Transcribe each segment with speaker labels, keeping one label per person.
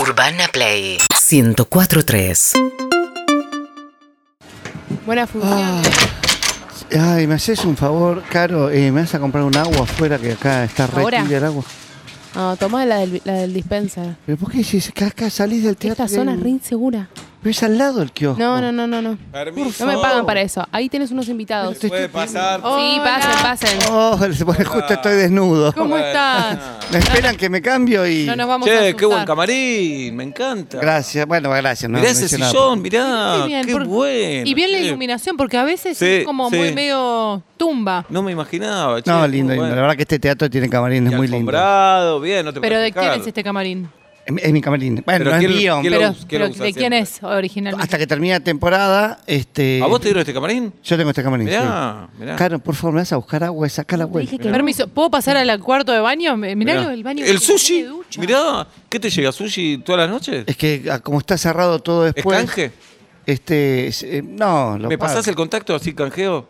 Speaker 1: Urbana Play 104.3
Speaker 2: Buena función.
Speaker 3: Ah. Ay, me haces un favor, Caro, eh, me vas a comprar un agua afuera que acá está re
Speaker 2: ¿Ahora?
Speaker 3: tibia el agua.
Speaker 2: No, tomá la del, la del dispenser.
Speaker 3: ¿Pero por qué decís que acá salís del teatro?
Speaker 2: Esta zona es re
Speaker 3: ring.
Speaker 2: insegura.
Speaker 3: Ves al lado el kiosco.
Speaker 2: No, no, no, no, no. No
Speaker 4: Permiso.
Speaker 2: me pagan para este eso. Ahí tienes unos invitados.
Speaker 3: Estoy-
Speaker 4: Puede pasar.
Speaker 2: Sí, pasen, pasen.
Speaker 3: Oh, bueno, justo estoy desnudo.
Speaker 2: ¿Cómo
Speaker 4: Bueno.
Speaker 2: estás?
Speaker 3: Me esperan que me cambio y.
Speaker 2: No nos vamos a
Speaker 4: Che,
Speaker 2: asustar.
Speaker 4: qué buen camarín, me encanta.
Speaker 3: Gracias, bueno, gracias. No,
Speaker 4: mirá
Speaker 3: no
Speaker 4: ese
Speaker 3: hice nada.
Speaker 4: sillón, mirá,
Speaker 2: Muy bien,
Speaker 4: qué
Speaker 2: por-
Speaker 4: bueno.
Speaker 2: Y bien la
Speaker 4: che.
Speaker 2: iluminación, porque a veces
Speaker 4: Sí,
Speaker 2: es como
Speaker 4: sí.
Speaker 2: muy medio tumba.
Speaker 4: No me imaginaba, che,
Speaker 3: No,
Speaker 4: muy
Speaker 3: lindo, lindo.
Speaker 4: bueno.
Speaker 3: La verdad que este teatro tiene camarines
Speaker 4: Y
Speaker 3: muy lindos.
Speaker 4: alfombrado, bien, no te
Speaker 2: Pero
Speaker 4: puedo
Speaker 2: ¿de quién
Speaker 4: explicar.
Speaker 2: es este camarín?
Speaker 3: Es es mi camarín. Bueno,
Speaker 4: Pero
Speaker 3: no es
Speaker 4: quién-
Speaker 3: mío.
Speaker 4: quién- lo
Speaker 2: Pero,
Speaker 4: us- que lo
Speaker 2: pero ¿de
Speaker 4: usa
Speaker 2: quién
Speaker 4: siempre.
Speaker 2: es originalmente?
Speaker 3: Hasta que termine la temporada, este.
Speaker 4: ¿A vos te dieron este camarín?
Speaker 3: Yo tengo este camarín.
Speaker 4: Mirá,
Speaker 3: sí.
Speaker 4: mirá.
Speaker 3: Caro, por favor, me vas a buscar agua y sacar la vuelta.
Speaker 2: Permiso, ¿puedo pasar al cuarto de baño? Mirá, lo del baño.
Speaker 4: El
Speaker 2: que tiene
Speaker 4: sushi,
Speaker 2: ducha.
Speaker 4: mirá, ¿qué te llega? ¿Sushi todas las noches?
Speaker 3: Es que ah, como está cerrado todo
Speaker 4: ¿Es
Speaker 3: después.
Speaker 4: canje?
Speaker 3: Este, es, eh, no, lo
Speaker 4: ¿Me
Speaker 3: pago.
Speaker 4: pasás el contacto así canjeo?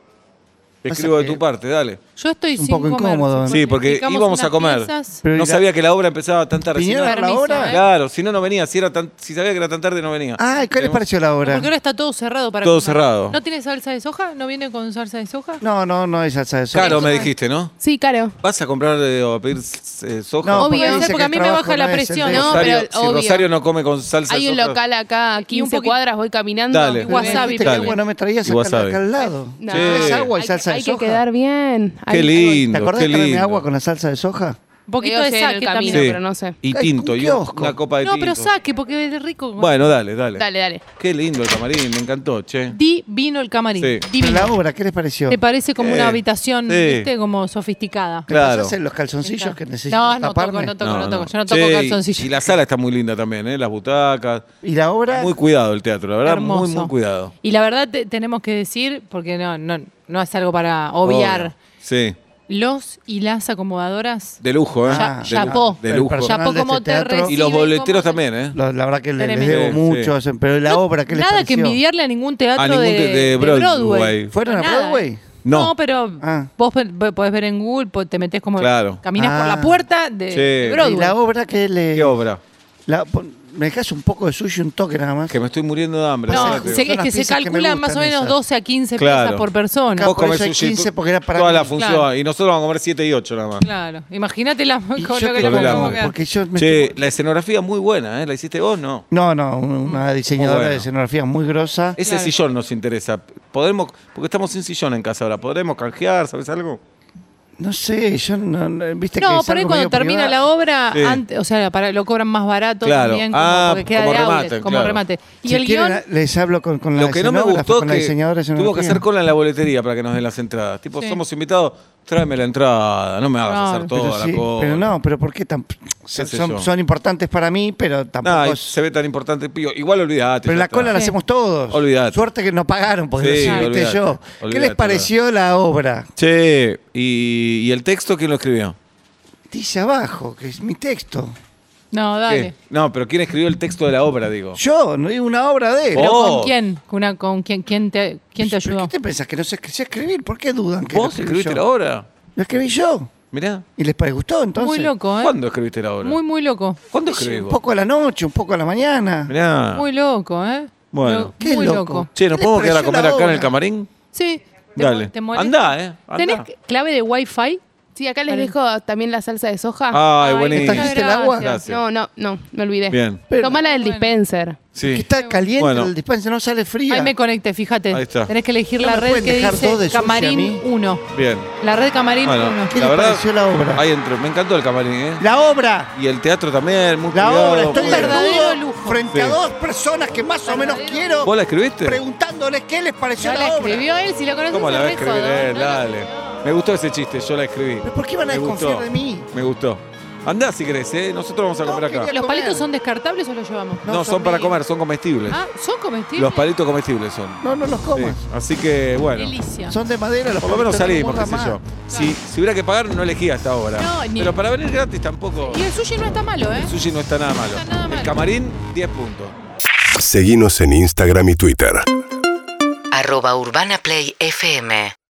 Speaker 4: Te
Speaker 3: Pasa
Speaker 4: escribo de
Speaker 3: que-
Speaker 4: tu parte, dale.
Speaker 2: Yo estoy
Speaker 3: Un
Speaker 2: sin
Speaker 3: poco
Speaker 2: comer,
Speaker 3: incómodo,
Speaker 2: chicos.
Speaker 3: Bueno,
Speaker 4: Sí, porque
Speaker 2: Picamos
Speaker 4: íbamos a
Speaker 2: unas
Speaker 4: comer.
Speaker 2: pizzas.
Speaker 3: Pero
Speaker 4: No
Speaker 3: mira-
Speaker 4: sabía que la obra empezaba tan tarde. si
Speaker 3: ¿Vinieron
Speaker 4: no-
Speaker 3: a la
Speaker 2: Permiso,
Speaker 3: hora?
Speaker 2: ¿eh?
Speaker 4: Claro, si no, no venía. Si, era tan, si sabía que era tan tarde, no venía.
Speaker 3: Ah, ¿qué les pareció la obra?
Speaker 2: Porque ahora está todo cerrado para
Speaker 4: Todo
Speaker 2: comer.
Speaker 4: cerrado.
Speaker 2: ¿No tiene salsa de soja? ¿No viene con salsa de soja?
Speaker 3: No, no, no es salsa de soja.
Speaker 4: Caro, me dijiste, ¿no?
Speaker 2: Sí, claro.
Speaker 4: ¿Vas a comprar eh, o a pedir eh, soja?
Speaker 3: No,
Speaker 2: Obvio,
Speaker 3: porque
Speaker 2: porque,
Speaker 3: dice que
Speaker 2: a mí
Speaker 3: el
Speaker 2: me
Speaker 3: trabajo
Speaker 2: baja
Speaker 3: no
Speaker 2: la
Speaker 3: es el
Speaker 2: presión.
Speaker 3: de-
Speaker 2: No,
Speaker 4: Rosario,
Speaker 2: pero
Speaker 4: si
Speaker 2: obvio.
Speaker 4: Rosario no come con salsa
Speaker 2: Hay
Speaker 4: de
Speaker 2: un
Speaker 4: soja-
Speaker 2: local acá a 15
Speaker 5: poquito-
Speaker 2: cuadras, voy caminando.
Speaker 4: Dale.
Speaker 2: y
Speaker 4: Pero
Speaker 2: wasabi.
Speaker 4: dijiste que
Speaker 2: pero
Speaker 4: dale.
Speaker 2: bueno.
Speaker 3: Bueno, me traías
Speaker 4: Y
Speaker 3: acá,
Speaker 4: wasabi.
Speaker 3: acá al lado.
Speaker 2: No.
Speaker 4: Sí.
Speaker 3: ¿Traes agua y
Speaker 2: Hay-
Speaker 3: salsa de
Speaker 2: hay
Speaker 3: soja?
Speaker 2: que quedar bien.
Speaker 4: Qué
Speaker 3: ¿Te
Speaker 4: lindo,
Speaker 3: acordás
Speaker 4: qué
Speaker 3: de traerme
Speaker 4: lindo.
Speaker 3: agua con la salsa de soja?
Speaker 2: Un poquito
Speaker 5: Veo
Speaker 2: de
Speaker 5: si en el
Speaker 2: saque
Speaker 5: camino,
Speaker 2: también, pero no sé.
Speaker 4: Y
Speaker 3: Ay,
Speaker 4: tinto,
Speaker 3: un
Speaker 4: y
Speaker 3: kiosco.
Speaker 4: una copa de
Speaker 2: No,
Speaker 4: tinto.
Speaker 2: pero saque, porque es rico.
Speaker 4: Bueno, dale, dale.
Speaker 2: Dale, dale.
Speaker 4: Qué lindo el camarín, me encantó, che.
Speaker 2: Divino el camarín.
Speaker 4: Sí.
Speaker 3: Pero
Speaker 2: Divino.
Speaker 3: la obra, ¿qué les pareció?
Speaker 2: Te parece como
Speaker 4: Eh,
Speaker 2: una habitación,
Speaker 4: sí.
Speaker 2: viste, como sofisticada.
Speaker 3: ¿Me pasás
Speaker 4: Claro.
Speaker 3: en los calzoncillos que necesito
Speaker 2: No, no toco,
Speaker 3: taparme?
Speaker 2: no toco, no,
Speaker 4: No,
Speaker 2: toco.
Speaker 4: no.
Speaker 2: Yo no toco
Speaker 4: Che, y-
Speaker 2: calzoncillos.
Speaker 4: Y la sala está muy linda también, ¿eh? Las butacas.
Speaker 3: ¿Y la obra?
Speaker 4: Muy cuidado el teatro, la verdad, muy,
Speaker 2: Hermoso.
Speaker 4: muy cuidado.
Speaker 2: Y la verdad te- tenemos que decir, porque no, no, no es algo para obviar,
Speaker 4: Obvio. Sí,
Speaker 2: los y las acomodadoras.
Speaker 4: de lujo, ¿eh?
Speaker 2: Ya-
Speaker 4: de,
Speaker 2: chapó.
Speaker 4: lujo, de
Speaker 3: El
Speaker 4: lujo.
Speaker 3: personal
Speaker 2: Chapó
Speaker 3: de
Speaker 2: como
Speaker 3: este
Speaker 2: te
Speaker 3: teatro.
Speaker 2: recibe
Speaker 4: Y los
Speaker 2: cómo
Speaker 4: boleteros
Speaker 2: te-
Speaker 4: también, ¿eh?
Speaker 3: Lo- la verdad que le- les,
Speaker 2: Tremendo.
Speaker 3: debo
Speaker 4: Sí,
Speaker 3: mucho.
Speaker 4: sí.
Speaker 3: hacen- Pero ¿y la
Speaker 2: No,
Speaker 3: obra, ¿qué les
Speaker 2: Nada que
Speaker 3: pareció?
Speaker 2: envidiarle a ningún teatro
Speaker 4: A Ah, ningún
Speaker 2: de,
Speaker 4: te- de
Speaker 2: de Broadway.
Speaker 4: Broadway.
Speaker 3: ¿Fueron a
Speaker 2: Nada,
Speaker 3: Broadway?
Speaker 2: eh. No, pero
Speaker 3: Ah.
Speaker 2: vos pe- pe- podés ver en Google, po- te metés como.
Speaker 4: Claro.
Speaker 2: Caminás por
Speaker 3: Ah.
Speaker 2: la puerta de,
Speaker 4: Sí.
Speaker 2: de
Speaker 3: ¿Y la
Speaker 2: Broadway.
Speaker 3: obra que le...?
Speaker 4: ¿Qué obra?
Speaker 3: la- pon- ¿Me dejas un poco de sushi, un toque nada más?
Speaker 4: Que me estoy muriendo de hambre.
Speaker 2: No,
Speaker 3: Pasa
Speaker 4: ¿sabes?
Speaker 3: que
Speaker 2: se-
Speaker 3: son
Speaker 2: es
Speaker 3: las
Speaker 2: que se
Speaker 3: piezas que me
Speaker 2: calculan más o
Speaker 3: gustan
Speaker 2: menos
Speaker 3: esas.
Speaker 2: 12 a 15
Speaker 4: Claro.
Speaker 2: pesos por persona.
Speaker 3: Vos
Speaker 4: Vos comés
Speaker 3: por eso hay
Speaker 4: sushi
Speaker 3: 15 porque era para
Speaker 4: toda
Speaker 3: mí.
Speaker 4: la función
Speaker 2: Claro.
Speaker 4: y nosotros vamos a comer 7 y 8 nada más.
Speaker 2: Claro. Imagínate la con
Speaker 3: Y
Speaker 2: lo
Speaker 3: yo
Speaker 2: que
Speaker 3: te
Speaker 2: la
Speaker 4: Sobre el
Speaker 3: como,
Speaker 2: podemos
Speaker 4: hambre.
Speaker 2: quedar.
Speaker 3: porque yo me
Speaker 4: Che, la escenografía muy buena, ¿eh? La hiciste vos, ¿no?
Speaker 3: No, no, un- una diseñadora
Speaker 4: bueno.
Speaker 3: de escenografía muy grosa.
Speaker 4: Ese
Speaker 2: Claro.
Speaker 4: sillón nos interesa. Podremos, porque estamos sin sillón en casa ahora, ¿podremos canjear? ¿Sabes algo?
Speaker 3: No sé, yo no, no- viste que
Speaker 2: No,
Speaker 3: es
Speaker 2: por ahí
Speaker 3: algo
Speaker 2: cuando
Speaker 3: medio
Speaker 2: termina
Speaker 3: privado.
Speaker 2: la obra,
Speaker 4: Sí.
Speaker 2: antes, o sea, para, lo cobran más barato
Speaker 4: Claro.
Speaker 2: también, como,
Speaker 4: Ah,
Speaker 2: porque queda
Speaker 4: como
Speaker 2: de outlet,
Speaker 4: remate,
Speaker 2: como
Speaker 4: claro.
Speaker 2: remate. Y
Speaker 3: Si
Speaker 2: el guión,
Speaker 3: quieren, les hablo con, con la
Speaker 4: Lo que no me
Speaker 3: escenógrafa,
Speaker 4: gustó
Speaker 3: con
Speaker 4: es
Speaker 3: la
Speaker 4: que
Speaker 3: diseñadora de
Speaker 4: tuvo que
Speaker 3: escenografía.
Speaker 4: hacer cola en la boletería para que nos den las entradas. Tipo,
Speaker 2: Sí.
Speaker 4: somos invitados, tráeme la entrada, no me hagas
Speaker 2: Claro.
Speaker 4: hacer
Speaker 3: pero,
Speaker 4: toda la
Speaker 3: sí,
Speaker 4: cola.
Speaker 3: pero no, pero ¿por qué tan, son,
Speaker 4: sé yo.
Speaker 3: son, son importantes para mí, pero tampoco...
Speaker 4: Nah, y
Speaker 3: es-
Speaker 4: se ve tan importante. Pío. Igual olvidate.
Speaker 3: pero
Speaker 4: ya
Speaker 3: la
Speaker 4: está.
Speaker 3: cola la
Speaker 2: Sí.
Speaker 3: hacemos todos.
Speaker 4: Olvidate.
Speaker 3: Suerte que no pagaron, porque
Speaker 4: Sí,
Speaker 3: lo subiste
Speaker 4: olvidate,
Speaker 3: yo. ¿Qué les
Speaker 4: olvidate,
Speaker 3: pareció la obra?
Speaker 4: Che, ¿y, y el texto quién lo escribió?
Speaker 3: Dice abajo, que es mi texto.
Speaker 2: no, dale.
Speaker 4: ¿Qué? No, pero ¿quién escribió el texto de la obra, digo?
Speaker 3: Yo, no es una obra de él.
Speaker 2: ¿Pero
Speaker 4: Oh.
Speaker 2: con quién? Con Una, ¿Con quién, quién te, quién te
Speaker 3: ¿Pero
Speaker 2: ayudó?
Speaker 3: ¿Qué te pensás? ¿Que no sé, sé escribir? ¿Por qué dudan que lo
Speaker 4: ¿Vos
Speaker 3: escribí
Speaker 4: escribiste
Speaker 3: yo?
Speaker 4: la obra?
Speaker 3: Lo escribí yo.
Speaker 4: Mirá.
Speaker 3: ¿Y les pare- gustó entonces?
Speaker 2: Muy loco, ¿eh?
Speaker 4: ¿Cuándo escribiste la obra?
Speaker 2: Muy, muy loco.
Speaker 4: ¿Cuándo
Speaker 3: Sí,
Speaker 4: escribís
Speaker 3: Un
Speaker 4: vos?
Speaker 3: poco a la noche, un poco a la mañana.
Speaker 4: Mirá.
Speaker 2: Muy loco, ¿eh?
Speaker 4: Ah. Bueno.
Speaker 2: Lo-
Speaker 3: Qué
Speaker 2: muy
Speaker 3: loco.
Speaker 2: loco.
Speaker 4: Che, ¿nos
Speaker 3: ¿Qué
Speaker 4: podemos
Speaker 3: les
Speaker 4: quedar a
Speaker 3: pareció
Speaker 4: comer
Speaker 3: la
Speaker 4: acá en el
Speaker 3: obra?
Speaker 4: camarín?
Speaker 2: Sí. ¿Te
Speaker 4: Dale.
Speaker 2: mo- te molesta?
Speaker 4: Andá, ¿eh? Andá.
Speaker 2: ¿Tenés clave de Wi-Fi?
Speaker 5: Sí, acá les
Speaker 2: Vale.
Speaker 5: dejo también la salsa de soja.
Speaker 4: Ay,
Speaker 3: ¿Te
Speaker 4: buenísimo.
Speaker 3: trajiste el agua?
Speaker 4: Gracias.
Speaker 5: No, no, no, me olvidé.
Speaker 4: Bien.
Speaker 3: Pero-
Speaker 5: Tomá la del
Speaker 2: Bueno.
Speaker 5: dispenser.
Speaker 3: Que
Speaker 4: Sí.
Speaker 3: está caliente
Speaker 4: Bueno.
Speaker 3: el dispenser, no sale fría.
Speaker 2: Ahí me conecté, fíjate.
Speaker 4: Ahí está.
Speaker 2: Tenés que elegir
Speaker 3: No
Speaker 2: la
Speaker 3: me
Speaker 2: red
Speaker 3: pueden
Speaker 2: que
Speaker 3: dejar dos de sushi
Speaker 2: dice
Speaker 3: a mí.
Speaker 2: Camarín 1.
Speaker 4: Bien.
Speaker 2: La red Camarín 1.
Speaker 4: Bueno,
Speaker 3: ¿Qué
Speaker 4: la
Speaker 3: les
Speaker 4: verdad.
Speaker 3: pareció la obra?
Speaker 4: Ahí entró. Me encantó el camarín, ¿eh?
Speaker 3: La obra.
Speaker 4: Y el teatro también, muy
Speaker 3: La
Speaker 4: cuidado,
Speaker 3: obra. Estoy
Speaker 4: muy-
Speaker 2: verdadero
Speaker 3: desnudo
Speaker 2: lujo.
Speaker 3: frente a
Speaker 4: Sí.
Speaker 3: dos personas que más o menos quiero.
Speaker 4: ¿Vos la escribiste?
Speaker 3: Preguntándoles qué les pareció
Speaker 5: No
Speaker 3: la,
Speaker 5: la
Speaker 3: obra.
Speaker 5: escribió él, si lo conoces
Speaker 4: ¿Cómo la
Speaker 5: es
Speaker 4: vas a
Speaker 5: re
Speaker 4: escribir?
Speaker 5: jodón,
Speaker 4: Eh,
Speaker 5: ¿no?
Speaker 4: dale. Me gustó ese chiste, yo la escribí.
Speaker 3: ¿Pero por qué van a
Speaker 4: Me
Speaker 3: desconfiar
Speaker 4: gustó.
Speaker 3: de mí?
Speaker 4: Me gustó. Andá si querés, ¿eh? Nosotros vamos a
Speaker 3: No,
Speaker 4: comer acá.
Speaker 3: quería-
Speaker 2: ¿Los
Speaker 3: comer.
Speaker 2: palitos son descartables o los llevamos?
Speaker 3: No,
Speaker 4: No,
Speaker 3: son
Speaker 4: son para
Speaker 3: míos.
Speaker 4: comer, son comestibles.
Speaker 2: Ah, ¿son comestibles?
Speaker 4: Los palitos comestibles son.
Speaker 3: No, no los
Speaker 4: Sí,
Speaker 3: comas.
Speaker 4: Así que, bueno.
Speaker 2: Delicia.
Speaker 3: Son de madera, los
Speaker 4: Por lo menos
Speaker 3: palitos, no
Speaker 4: salimos, qué
Speaker 3: mordan
Speaker 4: sé yo.
Speaker 3: más.
Speaker 4: Si, si hubiera que pagar, no elegía hasta ahora.
Speaker 2: No, ni-
Speaker 4: Pero para venir gratis tampoco.
Speaker 2: Y el sushi no está malo, ¿eh?
Speaker 4: El sushi no está nada malo.
Speaker 2: está nada
Speaker 4: El
Speaker 2: malo.
Speaker 4: camarín, 10 puntos.
Speaker 6: Seguinos en Instagram y Twitter.
Speaker 1: arroba urbanaplayfm